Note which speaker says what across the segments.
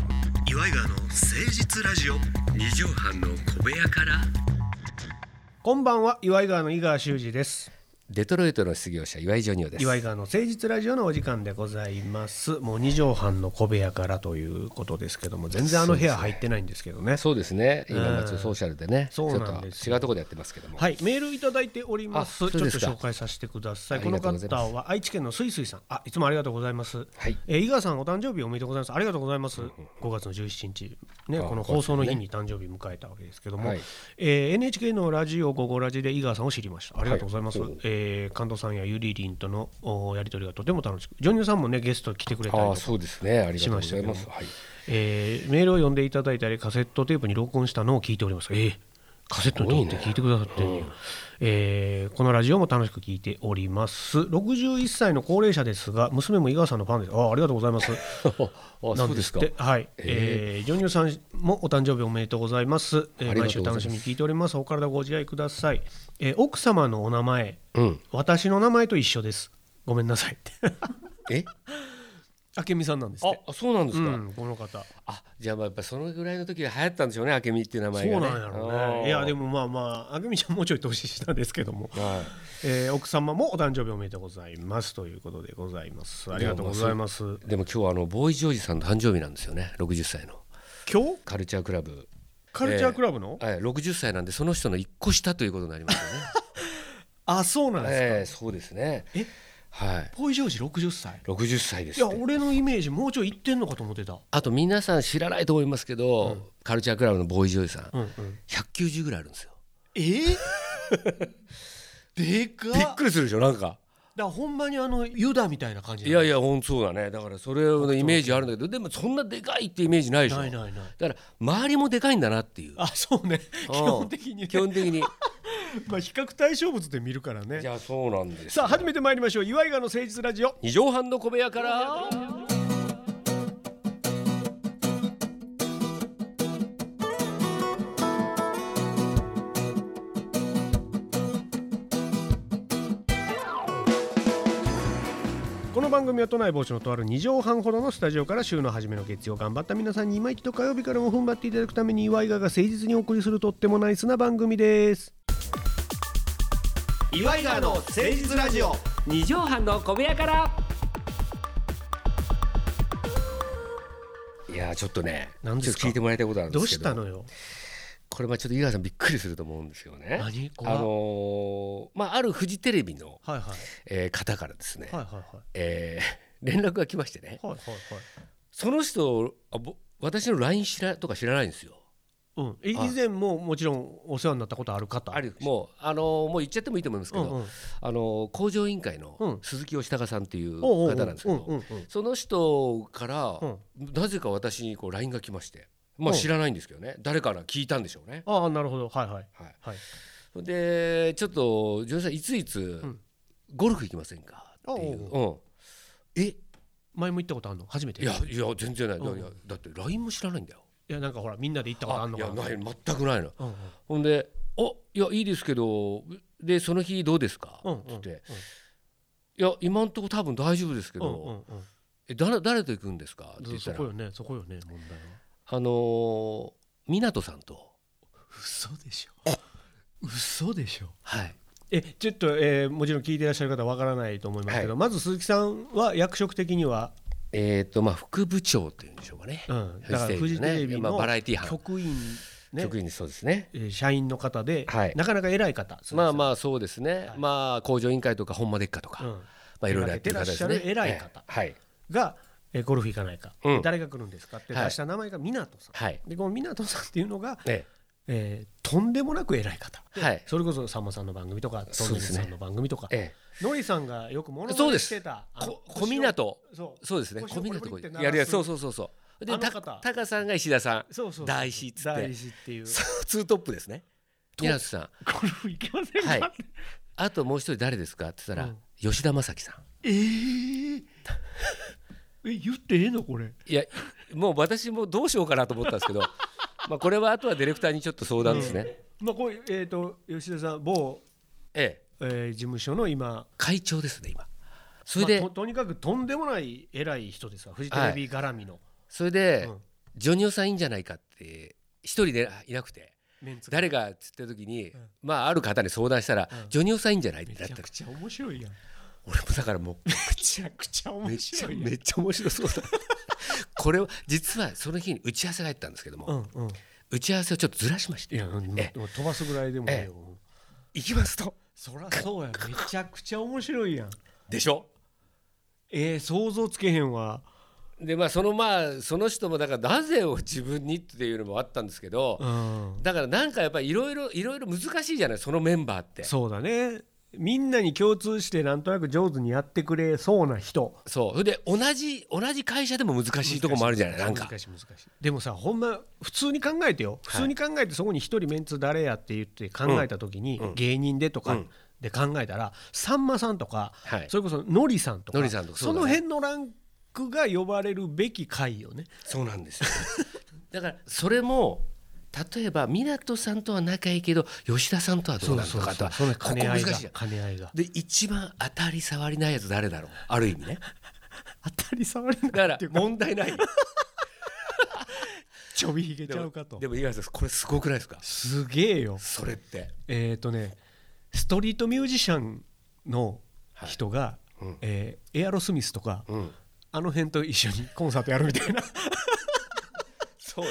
Speaker 1: イガーの誠実ラジオ
Speaker 2: 二畳半の小部屋から
Speaker 1: こんばんは岩井川の井川修司です
Speaker 2: デトロイトの失業者岩井ジョニオです
Speaker 1: 岩井川の誠実ラジオのお時間でございますもう2畳半の小部屋からということですけども全然あの部屋入ってないんですけどね
Speaker 2: そうですね今までちょっとソーシャルでねち
Speaker 1: そ
Speaker 2: ょ
Speaker 1: う
Speaker 2: っ
Speaker 1: なん
Speaker 2: と
Speaker 1: です
Speaker 2: 違うところでやってますけども、
Speaker 1: はいメールいただいております
Speaker 2: あ
Speaker 1: ち
Speaker 2: そ
Speaker 1: ょ
Speaker 2: う
Speaker 1: っ
Speaker 2: で
Speaker 1: と
Speaker 2: すか
Speaker 1: 紹介ささせてください
Speaker 2: あ
Speaker 1: こ
Speaker 2: り
Speaker 1: の
Speaker 2: がとうございます
Speaker 1: 方は愛知県のすいすいさんあいつもありがとうございます、
Speaker 2: はい
Speaker 1: えー井川さんお誕生日おめでとうございますありがとうございます5月の17日ね
Speaker 2: あ
Speaker 1: この放送の日に誕生日迎えたわけですけども、
Speaker 2: はい
Speaker 1: えー NHK のラジオ「午後ラジ」で井川さんを知りましたありがとうございます、
Speaker 2: はいそう
Speaker 1: えー神戸さんやゆりりんとのおやり取りがとても楽しくジョニオさんもねゲスト来てくれたり
Speaker 2: あ
Speaker 1: と
Speaker 2: あ
Speaker 1: か
Speaker 2: そうですねありがとうございます
Speaker 1: し
Speaker 2: はい
Speaker 1: えーメールを読んでいただいたりカセットテープに録音したのを聞いております。えーカセットに取って聞いてくださってるんやえーこのラジオも楽しく聞いております61歳の高齢者ですが娘も井川さんのファンです あありがとうございます
Speaker 2: ああ
Speaker 1: な
Speaker 2: そ
Speaker 1: ん
Speaker 2: う
Speaker 1: で
Speaker 2: ですす
Speaker 1: っ
Speaker 2: か
Speaker 1: てはい、えージョニオさんもお誕生日おめでとうございます、えー
Speaker 2: あり
Speaker 1: 毎
Speaker 2: がと
Speaker 1: 週
Speaker 2: うござ
Speaker 1: 楽
Speaker 2: います
Speaker 1: しみに聞いておりますお体ご自愛ください、えー奥様のお名前
Speaker 2: うん
Speaker 1: 私の名前と一緒ですごめんなさいって
Speaker 2: え
Speaker 1: 明美さんなんですって
Speaker 2: あそうなんです
Speaker 1: う
Speaker 2: か、
Speaker 1: んこの方
Speaker 2: あじゃあまあやっぱそのぐらいの時は流行ったんでしょうねあけみっていう名前
Speaker 1: そ
Speaker 2: が
Speaker 1: う
Speaker 2: ね
Speaker 1: なんやろうねいやでもまあまああけみちゃんもうちょい年下ですけど も、
Speaker 2: も、はい
Speaker 1: えー奥様もお誕生日おめでとうございますということでございますありがとうございます
Speaker 2: でも今日はあのボーイジョージさんの誕生日なんですよね60歳の
Speaker 1: 今日
Speaker 2: カルチャークラブ
Speaker 1: カルチャークラブの、
Speaker 2: はい60歳なんでその人の一個下ということになりますよね
Speaker 1: あそうなんですか、
Speaker 2: ええそうですね
Speaker 1: え
Speaker 2: はい
Speaker 1: ボーイジョージ60歳
Speaker 2: 60歳で
Speaker 1: い
Speaker 2: す
Speaker 1: や
Speaker 2: って
Speaker 1: 俺のイメージもうちょい行ってんのかと思ってた
Speaker 2: あと皆さん知らないと思いますけど、カルチャークラブのボーイジョイさん、
Speaker 1: うんうん
Speaker 2: 190ぐらいあるんですよ
Speaker 1: え ーでかっ
Speaker 2: びっくりするでしょなんか
Speaker 1: だからほんまにあのユダみたいな感じ
Speaker 2: いやいやほんとそうだねだからそれのイメージあるんだけどでもそんなでかいってイメージないでしょ
Speaker 1: ないないない
Speaker 2: だから周りもでかいんだなっていう
Speaker 1: あそうね基本的にね
Speaker 2: 基本的に
Speaker 1: まあ比較対象物で見るからね
Speaker 2: じゃあそうなんです
Speaker 1: さあ始めてまいりましょう岩井川の誠実ラジオ
Speaker 2: 二畳半の小部屋から
Speaker 1: この番組は都内某所のとある2畳半ほどのスタジオから週の初めの月曜頑張った皆さんに今一度火曜日からも踏ん張っていただくために岩井川が誠実にお送りするとってもナイスな番組です岩井川の誠実ラジオ
Speaker 2: 二畳半の小部屋からいやーちょっとね
Speaker 1: 何ですか
Speaker 2: ちょっと聞いてもらいたいことあるん
Speaker 1: ど
Speaker 2: で
Speaker 1: う
Speaker 2: すけ
Speaker 1: し
Speaker 2: ど
Speaker 1: たのよ
Speaker 2: これまあちょっと井川さんびっくりすると思うんですよね。
Speaker 1: 何
Speaker 2: あ
Speaker 1: 怖っ
Speaker 2: のーまああるフジテレビの、
Speaker 1: はいはい
Speaker 2: えー方からですね、
Speaker 1: はいはいはい
Speaker 2: えー 連絡が来ましてね
Speaker 1: はいはい
Speaker 2: その人あぼ私の LINE 知らとか知らないんですよ。
Speaker 1: うんい、以前ももちろんお世話になったことある方
Speaker 2: あるもうあのーもう言っちゃってもいいと思いますけ
Speaker 1: うん
Speaker 2: ど、
Speaker 1: うん
Speaker 2: あのー工場委員会
Speaker 1: う
Speaker 2: の
Speaker 1: ん
Speaker 2: 鈴木義孝さんっていう
Speaker 1: おうおうお
Speaker 2: 方
Speaker 1: う
Speaker 2: なんですけど、
Speaker 1: うんうんうん
Speaker 2: その人から、なぜか私にこう LINE が来まして、まあ、
Speaker 1: うん
Speaker 2: 知らないんですけどね、誰から聞いたんでしょうね。
Speaker 1: ああなるほどはいはい
Speaker 2: はい、
Speaker 1: はい
Speaker 2: でちょっと「ジョニーさんいついつ
Speaker 1: うん
Speaker 2: ゴルフ行きませんか?」っていう、
Speaker 1: お
Speaker 2: うん、えい
Speaker 1: 前も行ったことあるの初めて
Speaker 2: やいや全然ない、
Speaker 1: うん
Speaker 2: いやだって LINE も知らないんだよ。
Speaker 1: いやなんかほらみんなで行ったことあるの
Speaker 2: い
Speaker 1: か
Speaker 2: や
Speaker 1: な
Speaker 2: ない全くないの。
Speaker 1: うんうん
Speaker 2: ほんで「あいやいいですけどでその日どうですか?」
Speaker 1: うんうん
Speaker 2: つって「いや今んとこ多分大丈夫ですけど、
Speaker 1: うんうんうん
Speaker 2: え誰誰と行くんですか?」って
Speaker 1: そ
Speaker 2: 言った
Speaker 1: そ
Speaker 2: ら
Speaker 1: こよねそこよね問題は
Speaker 2: あのー湊さんと、
Speaker 1: 嘘でしょ嘘でしょ
Speaker 2: はい、
Speaker 1: えちょっと、えーもちろん聞いてらっしゃる方わからないと思いますけど、まず鈴木さんは役職的には、
Speaker 2: えっ、とまあ副部長っていうんでしょうかね。
Speaker 1: うん、だからフジテレビ
Speaker 2: まあ
Speaker 1: の
Speaker 2: バラエティ班
Speaker 1: 局員ね
Speaker 2: 局員にそうですね。
Speaker 1: えー社員の方で、
Speaker 2: はい
Speaker 1: なかなか偉い方鈴木さん
Speaker 2: まあまあそうですね、
Speaker 1: はい
Speaker 2: まあ工場委員会とか本間でっかとか、
Speaker 1: うん
Speaker 2: まあいろいろやってる方ですね
Speaker 1: 手が出てらっしゃる偉い方
Speaker 2: はい
Speaker 1: が、えーゴルフ行かないか、
Speaker 2: うん
Speaker 1: 誰が来るんですかって
Speaker 2: は
Speaker 1: 出
Speaker 2: い
Speaker 1: した名前が湊さん、
Speaker 2: はい
Speaker 1: でこの湊さんっていうのが、
Speaker 2: え
Speaker 1: えーとんでもなく偉い方
Speaker 2: えはい
Speaker 1: それこそさんまさんの番組とかとん
Speaker 2: そう
Speaker 1: ね
Speaker 2: で
Speaker 1: る
Speaker 2: すね
Speaker 1: さんの番組とか、
Speaker 2: ええ
Speaker 1: のりさんがよく物
Speaker 2: そう
Speaker 1: 語
Speaker 2: で
Speaker 1: し
Speaker 2: す
Speaker 1: てたあの
Speaker 2: こ小湊
Speaker 1: そう
Speaker 2: そうですね
Speaker 1: 腰を
Speaker 2: 小湊
Speaker 1: ポリポリって鳴らす
Speaker 2: いやいやそうそうそうそう
Speaker 1: あ
Speaker 2: で
Speaker 1: の
Speaker 2: た
Speaker 1: 方
Speaker 2: タカさんが石田さん
Speaker 1: そうそう
Speaker 2: 大師っつって
Speaker 1: 大師っていう
Speaker 2: そうツートップですね
Speaker 1: と
Speaker 2: 湊さん
Speaker 1: ゴルフ行けません か、
Speaker 2: はいあともう一人誰ですかって言ったら、
Speaker 1: うん
Speaker 2: 吉田正樹さん
Speaker 1: えー、え言ってええのこれ
Speaker 2: いやもう私もどうしようかなと思ったんですけ どまあこれはあとはディレクターにちょっと相談ですね、
Speaker 1: まあこういうえっ、と吉田さん某、
Speaker 2: ええ
Speaker 1: えー事務所の今
Speaker 2: 会長ですね今それで、
Speaker 1: まあととにかくとんでもない偉い人ですわフジテレビ絡みの、
Speaker 2: それで、
Speaker 1: うん
Speaker 2: ジョニオさんいいんじゃないかって一人でいなくて
Speaker 1: メンツが
Speaker 2: 誰がっつった時に、
Speaker 1: ん
Speaker 2: まあある方に相談したら、
Speaker 1: うん
Speaker 2: ジョニオさんいいんじゃないって
Speaker 1: め
Speaker 2: なっ
Speaker 1: ち
Speaker 2: た
Speaker 1: ゃくちゃ面白いやん
Speaker 2: 俺もだからも
Speaker 1: めちゃくちゃ
Speaker 2: うめ
Speaker 1: 面
Speaker 2: っちゃ
Speaker 1: 白いや
Speaker 2: め
Speaker 1: ん
Speaker 2: っちゃ面 白そうだこれは実はその日に打ち合わせが入ったんですけども、
Speaker 1: うんうん
Speaker 2: 打ち合わせをちょっとずらしまして
Speaker 1: いやもう
Speaker 2: え
Speaker 1: もう飛ばすぐらいでもいい
Speaker 2: え
Speaker 1: よ
Speaker 2: 行きますと
Speaker 1: そらそうやめちゃくちゃ面白いやん
Speaker 2: でしょ
Speaker 1: えー、想像つけへんわ
Speaker 2: でまあそのまあその人もだからなぜを自分にっていうのもあったんですけど、
Speaker 1: うん
Speaker 2: だからなんかやっぱりいろいろいろいろ難しいじゃないそのメンバーって
Speaker 1: そうだねみんなに共通してなんとなく上手にやってくれそうな人
Speaker 2: そうそれで同じ同じ会社でも難しいとこもあるじゃないなんか
Speaker 1: 難しい難しいでもさほんま普通に考えてよ普通に考えてそこに一人メンツ誰やって言って考えた時に
Speaker 2: うん
Speaker 1: 芸人でと
Speaker 2: う
Speaker 1: か
Speaker 2: ん
Speaker 1: で考えたらさんまさんとか
Speaker 2: はい
Speaker 1: それこそのりさんとか
Speaker 2: のりさんとかそ
Speaker 1: そう
Speaker 2: だね
Speaker 1: の辺のランクが呼ばれるべき回よね
Speaker 2: そうなんですよ だからそれも例えば湊さんとは仲いいけど吉田さんとはどうなのとかとは
Speaker 1: その
Speaker 2: ここ
Speaker 1: 兼ね合い
Speaker 2: 難しい
Speaker 1: が
Speaker 2: じゃん
Speaker 1: 兼ね合いが
Speaker 2: で一番当たり障りないやつ誰だろうある意味ね
Speaker 1: 当たり障り
Speaker 2: だ
Speaker 1: な
Speaker 2: か
Speaker 1: い
Speaker 2: ら
Speaker 1: っていうか
Speaker 2: 問題 ない
Speaker 1: ちょびひげち
Speaker 2: で
Speaker 1: ゃ
Speaker 2: も
Speaker 1: うかと
Speaker 2: でも五十嵐さんこれすごくないですか
Speaker 1: すげえよ
Speaker 2: それって
Speaker 1: えっ、ー、とねストリートミュージシャンの人が、
Speaker 2: いうん
Speaker 1: えーエアロスミスとか、
Speaker 2: うん
Speaker 1: あの辺と一緒にコンサートやるみたいな
Speaker 2: そうね。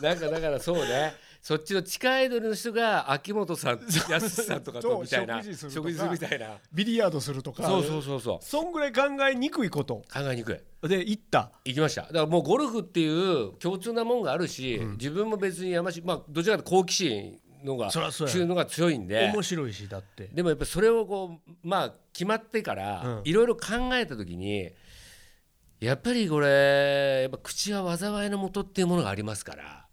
Speaker 2: なんかだからそうね。そっちの地下アイドルの人が秋元さん、安さんとかとみたいな
Speaker 1: そう食事するとか
Speaker 2: 食事するみたいな。
Speaker 1: ビリヤードするとか
Speaker 2: そうそうそうそう。
Speaker 1: そんぐらい考えにくいこと
Speaker 2: 考えにくい。
Speaker 1: で行った
Speaker 2: 行きました。だからもうゴルフっていう共通なもんがあるし、自分も別にやましい、まあどちらかというと好奇心のが
Speaker 1: そらそうや
Speaker 2: 中のが強いんで。
Speaker 1: 面白いしだって
Speaker 2: でもやっぱそれをこうまあ決まってから
Speaker 1: うん
Speaker 2: いろいろ考えた時に。やっぱりこれやっぱ口は災いのもとっていうものがありますから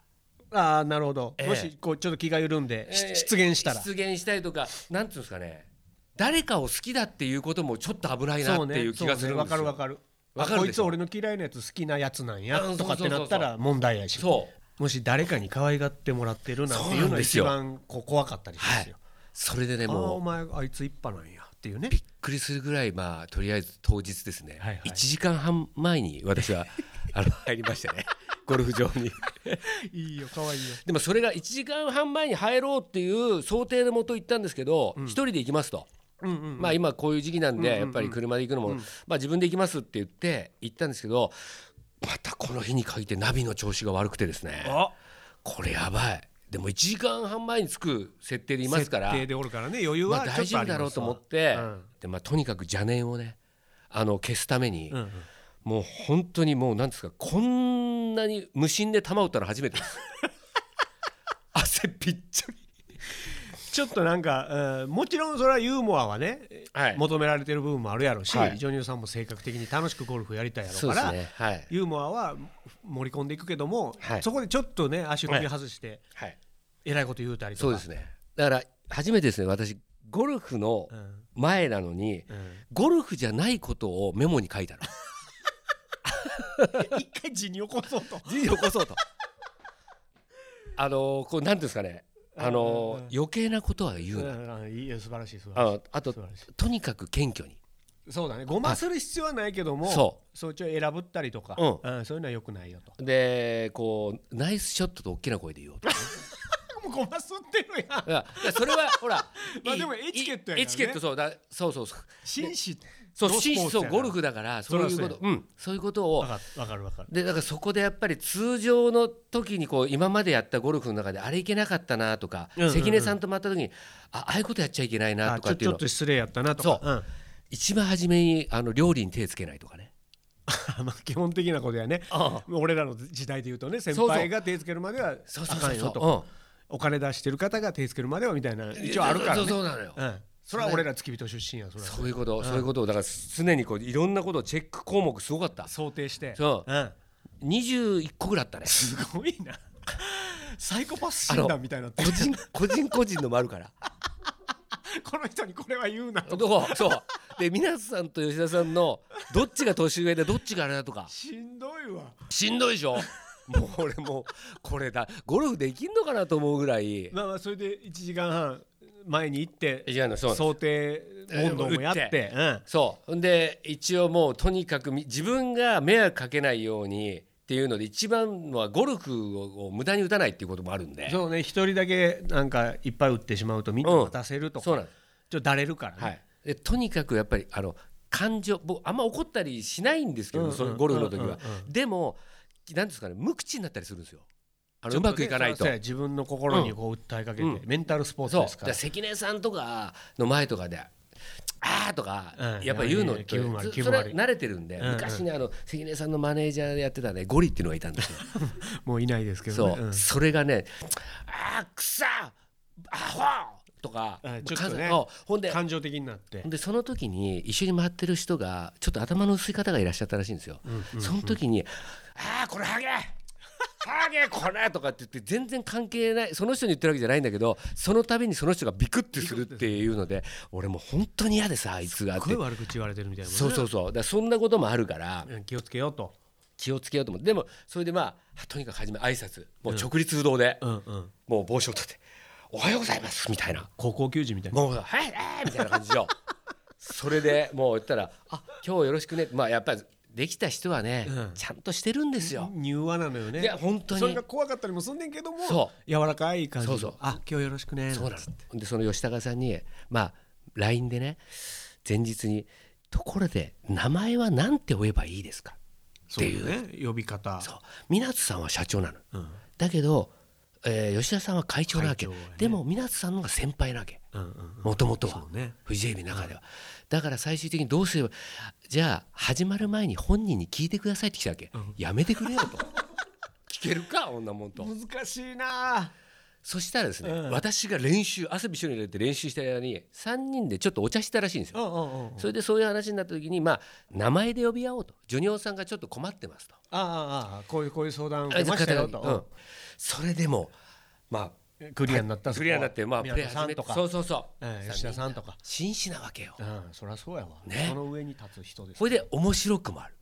Speaker 1: ああなるほど、
Speaker 2: ええ
Speaker 1: もしこうちょっと気が緩んで、し
Speaker 2: えー
Speaker 1: 出現したら
Speaker 2: 出現したいとかなんていうんですかね誰かを好きだっていうこともちょっと危ないなっていう気がするん
Speaker 1: わ、
Speaker 2: です
Speaker 1: か
Speaker 2: よ
Speaker 1: るわかる
Speaker 2: わかる
Speaker 1: こ
Speaker 2: で
Speaker 1: い
Speaker 2: し
Speaker 1: つ
Speaker 2: ょ
Speaker 1: 俺の嫌いなやつ好きなやつなんや
Speaker 2: うん
Speaker 1: とかっ
Speaker 2: そう
Speaker 1: て
Speaker 2: そうそうそう
Speaker 1: なったら問題やし
Speaker 2: そう
Speaker 1: もし誰かに可愛がってもらってるなんていう
Speaker 2: そう
Speaker 1: の
Speaker 2: なん
Speaker 1: は
Speaker 2: です
Speaker 1: 一
Speaker 2: よ
Speaker 1: 番こう怖かったりしま
Speaker 2: は
Speaker 1: す
Speaker 2: い
Speaker 1: よ、
Speaker 2: それでね
Speaker 1: ああお
Speaker 2: もう
Speaker 1: 前あいつ一派なんやっていうね
Speaker 2: びっくりするぐらいまあとりあえず当日ですね、
Speaker 1: はいはい
Speaker 2: 1時間半前に 私はあの入りましたねゴルフ場に
Speaker 1: いいよ可愛いよ
Speaker 2: でもそれが1時間半前に入ろうっていう想定のもと行ったんですけど一、人で行きますと。
Speaker 1: うんうん
Speaker 2: まあ今こういう時期なん
Speaker 1: うんうんう
Speaker 2: で
Speaker 1: ん
Speaker 2: やっぱり車で行くのもまあ自分で行きますって言って行ったんですけどまたこの日に限ってナビの調子が悪くてですね
Speaker 1: あ
Speaker 2: これやばいでも1時間半前に着く設定でいますから
Speaker 1: 設定でおるからね余裕
Speaker 2: ま
Speaker 1: は
Speaker 2: あ
Speaker 1: ちょっとあ
Speaker 2: 大丈夫
Speaker 1: りますわ
Speaker 2: だろうと思って
Speaker 1: うん
Speaker 2: でまあとにかく邪念をねあの消すために
Speaker 1: うんうん
Speaker 2: もう本当にもうなんですかこんなに無心で球を打ったの初めてです 汗びっちょり
Speaker 1: ちょっとなんか、うんもちろんそれはユーモアはね、
Speaker 2: はい
Speaker 1: 求められてる部分もあるやろうし、
Speaker 2: はい
Speaker 1: ジョニオさんも性格的に楽しくゴルフやりたいやろ
Speaker 2: そうう
Speaker 1: か
Speaker 2: です
Speaker 1: ら、
Speaker 2: ねはい
Speaker 1: ユーモアは盛り込んでいくけども、
Speaker 2: はい
Speaker 1: そこでちょっとね足を踏み外して、
Speaker 2: はい
Speaker 1: えらいこと言うたりとか
Speaker 2: そうですねだから初めてですね私ゴルフの
Speaker 1: うん
Speaker 2: 前なのに、
Speaker 1: う ん
Speaker 2: ゴルフじゃないことをメモに書 いたの
Speaker 1: 一回地に起こそうと
Speaker 2: 字に起こそうとあのーこうなんていうんですかねあのー
Speaker 1: うんうん
Speaker 2: 余計なことは言う
Speaker 1: う
Speaker 2: な、
Speaker 1: んうんいいよ素晴らしい素晴らし
Speaker 2: ああ
Speaker 1: い
Speaker 2: と
Speaker 1: 素晴らしい
Speaker 2: とにかく謙虚に
Speaker 1: そうだねごまする必要はないけども、
Speaker 2: そ
Speaker 1: そうちょい選ぶったりとか、
Speaker 2: う
Speaker 1: うんそういうのはよくないよと
Speaker 2: でこうナイスショットと大きな声で言おうとだか
Speaker 1: もうごますってるやん
Speaker 2: らだからそ れはほら
Speaker 1: まあ
Speaker 2: いい
Speaker 1: でもエチケットやからね
Speaker 2: エチケットそうだそうそうそう
Speaker 1: 紳士
Speaker 2: そう
Speaker 1: のスポーツ
Speaker 2: 紳士そう
Speaker 1: やから
Speaker 2: ゴルフだからそういう
Speaker 1: そ
Speaker 2: こ
Speaker 1: りゃ
Speaker 2: と
Speaker 1: そう
Speaker 2: うんそういうことを
Speaker 1: わかわかるわかる
Speaker 2: でだからそこでやっぱり通常の時にこう今までやったゴルフの中であれいけなかったなとか、
Speaker 1: うんうんうん
Speaker 2: 関根さんと回った時にあああいうことやっちゃいけないな
Speaker 1: あち
Speaker 2: とか
Speaker 1: ょ
Speaker 2: って
Speaker 1: ち
Speaker 2: いう
Speaker 1: ょ
Speaker 2: の
Speaker 1: っと失礼やったなとか
Speaker 2: そう一番初めにあの料理に手つけないとかね
Speaker 1: うん、まあ基本的なことやね
Speaker 2: あ
Speaker 1: 俺らの時代で言うとね先
Speaker 2: そう
Speaker 1: 輩が手つけるまでは
Speaker 2: そう
Speaker 1: あ
Speaker 2: そう
Speaker 1: かん
Speaker 2: そうそ
Speaker 1: よ
Speaker 2: う
Speaker 1: とお金出してる方が手つけるまではみたいな
Speaker 2: うん
Speaker 1: 一応あるから
Speaker 2: そう
Speaker 1: ね
Speaker 2: そうそうなのよ、
Speaker 1: うんそれは俺ら付き人出身やそれは
Speaker 2: そういうこと、そういうことをだから常にこういろんなことをチェック項目すごかった
Speaker 1: 想定して
Speaker 2: そ
Speaker 1: うん
Speaker 2: 21個ぐらいあったね
Speaker 1: すごいな サイコパス診断みたいになって
Speaker 2: 個
Speaker 1: る
Speaker 2: 人 個人個人のもあるから
Speaker 1: この人にこれは言うなと
Speaker 2: どうそうで皆さんと吉田さんのどっちが年上でどっちがあれだとか
Speaker 1: しんどいわ
Speaker 2: しんどいでしょもう俺もうこれだゴルフできんのかなと思うぐらい
Speaker 1: まあまあそれで1時間半前に行って
Speaker 2: いやそうなんです
Speaker 1: 想定温度もやって
Speaker 2: 打って
Speaker 1: うん
Speaker 2: そうほんで一応もうとにかくみ自分が迷惑かけないようにっていうので一番はゴルフを無駄に打たないっていうこともあるんで
Speaker 1: そうね一人だけなんかいっぱい打ってしまうとみんな待たせるとか、
Speaker 2: そうなんです
Speaker 1: ちょっとだれるからね、
Speaker 2: はい、でとにかくやっぱりあの感情僕あんま怒ったりしないんですけど、
Speaker 1: うんうん
Speaker 2: そのゴルフの時は、
Speaker 1: うんうん
Speaker 2: でも何ですかね無口になったりするんですよあの
Speaker 1: ちょ
Speaker 2: う
Speaker 1: っね
Speaker 2: まくいかないと
Speaker 1: そうそうや自分の心にこう訴えかけて、
Speaker 2: うん
Speaker 1: メンタルスポーツ
Speaker 2: そう
Speaker 1: で
Speaker 2: だ
Speaker 1: す
Speaker 2: か
Speaker 1: から
Speaker 2: ら関根さんとかの前とかで「あー」とか
Speaker 1: うん
Speaker 2: やっぱ言うのっ
Speaker 1: 気
Speaker 2: て
Speaker 1: 分悪い
Speaker 2: ず
Speaker 1: 気分
Speaker 2: それは
Speaker 1: 悪い
Speaker 2: 慣れてるんで
Speaker 1: うんうん
Speaker 2: 昔ねあの関根さんのマネージャーでやってたねゴリっていうのがいた んですよ
Speaker 1: もういないですけど、ね
Speaker 2: そ
Speaker 1: ん
Speaker 2: うそれがね「あーくさアホ!」とか
Speaker 1: うんちょっとね
Speaker 2: そうほんで
Speaker 1: 感情的になって
Speaker 2: でその時に一緒に回ってる人がちょっと頭の薄い方がいらっしゃったらしいんですよ。その時に「ああこれハゲハゲこれ!」とかって言って全然関係ないその人に言ってるわけじゃないんだけどその度にその人がビクッてするっていうので俺もう本当に嫌でさあいつがっ
Speaker 1: すごい
Speaker 2: て。
Speaker 1: 悪口言われてるみたいなもんね
Speaker 2: そうそうそうだからそんなこともあるから
Speaker 1: うん気をつけようと、
Speaker 2: 気をつけようと思ってでもそれでまあとにかく初め挨拶もう直立不動で、
Speaker 1: うんうん、
Speaker 2: もう帽子を取って「おはようございます」みたいな
Speaker 1: 高校球児みたいな
Speaker 2: もう「はいはい」みたいな感じ よそれでもう言ったら「あ今日よろしくね」まあやっぱりできた人はね、
Speaker 1: うん
Speaker 2: ちゃんとしてるんですよ。
Speaker 1: 柔和なのよね
Speaker 2: いや本当に
Speaker 1: それが怖かったりもすんねんけども
Speaker 2: そ
Speaker 1: 柔らかい感じの
Speaker 2: そうそう
Speaker 1: あ今日よろしくね
Speaker 2: そうなのでその吉高さんにまあ LINE でね前日に「ところで名前は何て呼えばいいですか?」
Speaker 1: そうね呼び方
Speaker 2: そう港さんは社長なの
Speaker 1: うん
Speaker 2: だけど、えー吉田さんは会長なわけ、
Speaker 1: 会長はね
Speaker 2: でも港さんの方が先輩なわけ
Speaker 1: うんうん
Speaker 2: もともとは
Speaker 1: そうね
Speaker 2: フジエビの中では、だから最終的にどうすればじゃあ始まる前に本人に聞いてくださいって来たわけ、
Speaker 1: うん
Speaker 2: やめてくれよ と聞けるか女もんと
Speaker 1: 難しいな
Speaker 2: そしたらですね、
Speaker 1: うん
Speaker 2: 私が練習汗びしょに入れて練習してる間に3人でちょっとお茶したらしいんですよ、
Speaker 1: んうんうん
Speaker 2: それでそういう話になった時にまあ名前で呼び合おうとジョニオさんがちょっと困ってますと
Speaker 1: ああああこういうこういう相談受けましたよ
Speaker 2: うん
Speaker 1: と、
Speaker 2: それでもま
Speaker 1: うんクリアになった
Speaker 2: あクリアになってまあプレー
Speaker 1: 宮田さ
Speaker 2: 始
Speaker 1: ん
Speaker 2: め
Speaker 1: と
Speaker 2: て
Speaker 1: か
Speaker 2: そうそうそう、
Speaker 1: ええ吉田さんとか
Speaker 2: 紳士なわけよ、
Speaker 1: うんそりゃそうやわ
Speaker 2: ね
Speaker 1: その上に立つ人です
Speaker 2: これで面白くもある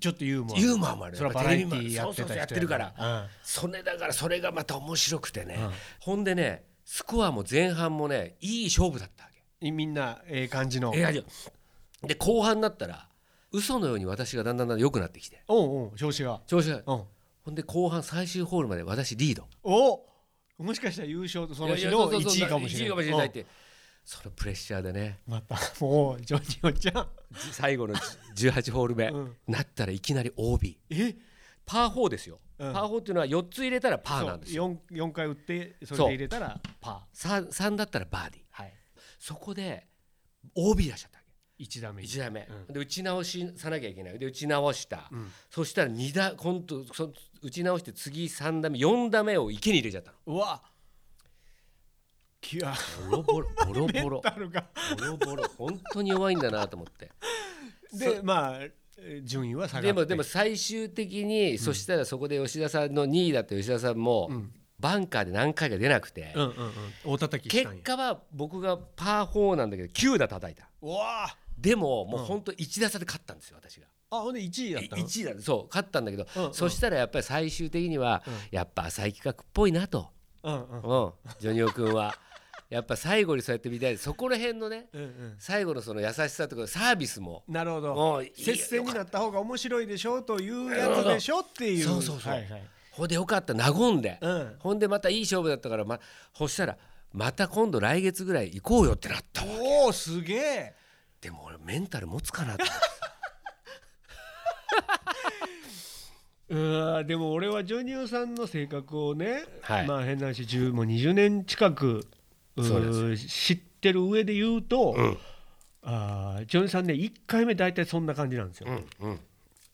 Speaker 1: ちょっとユーモア
Speaker 2: ユーモアもある
Speaker 1: それはバラエティーやってた
Speaker 2: そうそうそう
Speaker 1: 人
Speaker 2: やってるから
Speaker 1: うん
Speaker 2: それだからそれがまた面白くてね、
Speaker 1: うん
Speaker 2: ほんでねスコアも前半もねいい勝負だったわけ
Speaker 1: みんなええ感じの
Speaker 2: ええあじゃあで後半になったら嘘のように私がだんだんだんだん良くなってきて
Speaker 1: おうおう調子が
Speaker 2: 調子が
Speaker 1: うん
Speaker 2: ほんで後半最終ホールまで私リード
Speaker 1: おもしかしたら優勝とその日の
Speaker 2: いやいやそうそうそう
Speaker 1: 1位かもしれない
Speaker 2: 1位かもしれないってそのプレッシャーでね
Speaker 1: うんまたもうジョニオちゃん
Speaker 2: 最後の18ホール目、
Speaker 1: うん
Speaker 2: なったらいきなり OB
Speaker 1: え
Speaker 2: パー4ですよ、
Speaker 1: うん
Speaker 2: パー4っていうのは4つ入れたらパーなんですよ
Speaker 1: 4, 四回打ってそれで入れたらパ
Speaker 2: 3, 3だったらバーディー
Speaker 1: ーはい
Speaker 2: そこで OB 出しちゃったわけ
Speaker 1: 1打目
Speaker 2: 1打目、
Speaker 1: う
Speaker 2: で打ち直しさなきゃいけないで打ち直した、
Speaker 1: うん
Speaker 2: そしたら2打今度そ打ち直して次3打目4打目を池に入れちゃったの
Speaker 1: うわきや
Speaker 2: ボロボロボロボロ
Speaker 1: あるか
Speaker 2: ボロボロ本当に弱いんだなと思 って
Speaker 1: でまあえー順位は下がって
Speaker 2: でもでも最終的に、そしたらそこで吉田さんの2位だった吉田さんも、
Speaker 1: うん
Speaker 2: バンカーで何回か出なくて、
Speaker 1: うんうんうん大叩きし
Speaker 2: 結
Speaker 1: たんや
Speaker 2: 果は僕がパー4なんだけど9打叩いた
Speaker 1: うわあ
Speaker 2: でももう
Speaker 1: うん
Speaker 2: 本当1打差で勝ったんですよ私が。
Speaker 1: あほんで1位だったの
Speaker 2: 1位だねそう勝ったんだけど、
Speaker 1: うんうん
Speaker 2: そしたらやっぱり最終的には、
Speaker 1: う
Speaker 2: やっぱ浅い企画っぽいなと、
Speaker 1: うんうん
Speaker 2: うん、ジョニオ君はやっぱ最後にそうやって見たいそこら辺のね
Speaker 1: うんうん
Speaker 2: 最後のその優しさとかサービスも
Speaker 1: なるほど
Speaker 2: もういい
Speaker 1: 接戦になった方が面白いでしょうというやつでしょっていう
Speaker 2: そうそうそう
Speaker 1: はいはい
Speaker 2: ほんでよかった和んで、
Speaker 1: うん
Speaker 2: ほんでまたいい勝負だったから、ま、そしたらまた今度来月ぐらい行こうよってなったわ
Speaker 1: おおすげえ
Speaker 2: でも俺メンタル持つかなと思って
Speaker 1: うわーでも俺はジョニオさんの性格をね、
Speaker 2: はい
Speaker 1: まあ変な話10もう20年近くうー
Speaker 2: そうなん
Speaker 1: 知ってる上で言うと、
Speaker 2: ん
Speaker 1: あージョニオさんね1回目大体そんな感じなんですよ、
Speaker 2: うんうん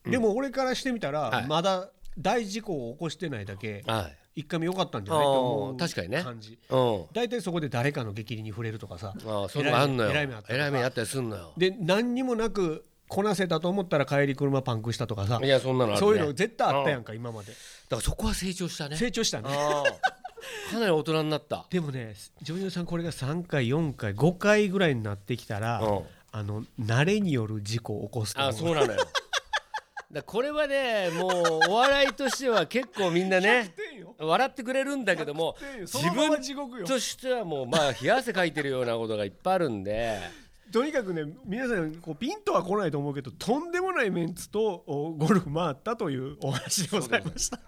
Speaker 1: でも俺からしてみたら、
Speaker 2: はい
Speaker 1: まだ大事故を起こしてないだけ
Speaker 2: はい
Speaker 1: 1回目良かったんじゃないと思
Speaker 2: あー
Speaker 1: う
Speaker 2: 確かにね
Speaker 1: 感じ
Speaker 2: うん
Speaker 1: 大体そこで誰かの激励に触れるとかさ
Speaker 2: ああそういうのあんのよ
Speaker 1: えらい目あった
Speaker 2: えらい目あったりすんのよ
Speaker 1: で何にもなくこなせたと思ったら帰り車パンクしたとかさ
Speaker 2: いやそんなのある、ね、
Speaker 1: そういうの絶対あったやんか今まで
Speaker 2: だからそこは成長したね
Speaker 1: 成長したね
Speaker 2: ああかなり大人になった。
Speaker 1: でもね女優さんこれが3回4回5回ぐらいになってきたら、
Speaker 2: うん
Speaker 1: あの慣れによる事故を起こすと
Speaker 2: あ
Speaker 1: 思う
Speaker 2: あそうなのよ。だこれはねもうお笑いとしては結構みんなね笑ってくれるんだけども
Speaker 1: 100点よそ
Speaker 2: 自
Speaker 1: のまま
Speaker 2: 分
Speaker 1: 地獄よ
Speaker 2: としてはもうまあ冷や汗かいてるようなことがいっぱいあるんで
Speaker 1: とにかくね皆さんこうピンとは来ないと思うけどとんでもないメンツとおゴルフ回ったというお話でございました。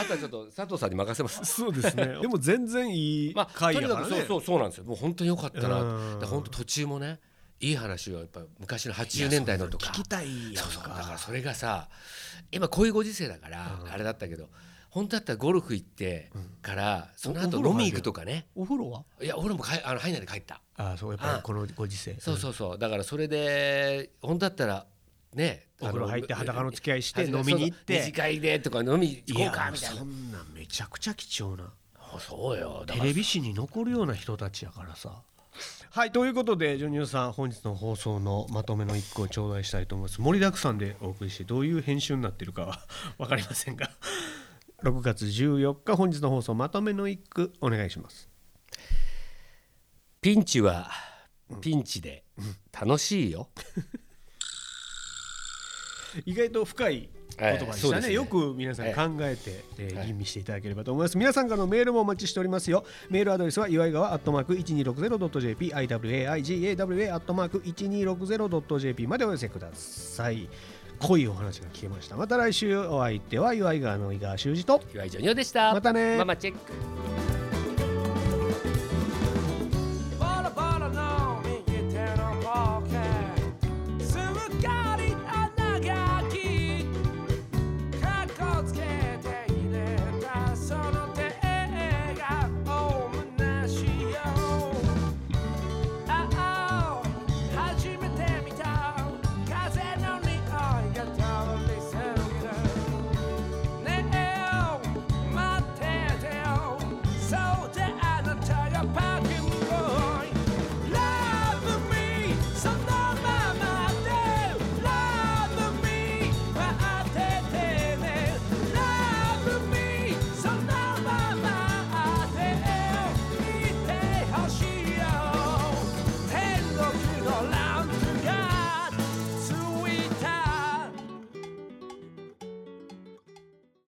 Speaker 2: あとはちょっと佐藤さんに任せます。
Speaker 1: そうですね。でも全然いい
Speaker 2: まあ、
Speaker 1: 回
Speaker 2: と
Speaker 1: や
Speaker 2: に
Speaker 1: か
Speaker 2: からく
Speaker 1: ね。
Speaker 2: そうそうそうなんですよもう本当に良かったな
Speaker 1: うん
Speaker 2: だから本当途中もねいい話はやっぱ昔の80年代のとか
Speaker 1: 聞きたいやん
Speaker 2: そうそうだ
Speaker 1: か。
Speaker 2: からそれがさ今こういうご時世だからあれだったけど本当だったらゴルフ行ってからその後
Speaker 1: おお風呂
Speaker 2: 飲み
Speaker 1: 入る
Speaker 2: 行くとかね
Speaker 1: お風呂はい
Speaker 2: や俺もかいあの入んないで帰った
Speaker 1: ああそうやっぱりこのご時世。
Speaker 2: そうそうそうだからそれで本当だったらね
Speaker 1: お風呂入って裸の付き合いして
Speaker 2: あの
Speaker 1: 飲みに行っ
Speaker 2: そうそう
Speaker 1: て
Speaker 2: 二次。会でとか飲み行こうかみたい
Speaker 1: そ
Speaker 2: なん
Speaker 1: なめちゃくちゃ貴重な。
Speaker 2: そうよ
Speaker 1: テ
Speaker 2: だから
Speaker 1: レビ史に残るような人たちやからさ。はいということでジョニオさん本日の放送のまとめの一個を頂戴したいと思います盛りだくさんでお送りしてどういう編集になってるかは 分かりませんが6月14日本日の放送まとめの一句お願いします
Speaker 2: ピンチはピンチで楽しいよ、
Speaker 1: 意外と深い言葉で
Speaker 2: はい
Speaker 1: し
Speaker 2: そう
Speaker 1: たね,、
Speaker 2: ですね
Speaker 1: よく皆さん
Speaker 2: ええ
Speaker 1: 考えて、えー
Speaker 2: はい
Speaker 1: 吟味していただければと思います皆さんからのメールもお待ちしておりますよメールアドレスは祝い川アットマーク 1260.jp iwaigawa アットマーク 1260.jp までお寄せください濃いお話が聞けましたまた来週お相手は祝い川の井川修司と
Speaker 2: 岩井ジョニオでした
Speaker 1: またね
Speaker 2: ママチェック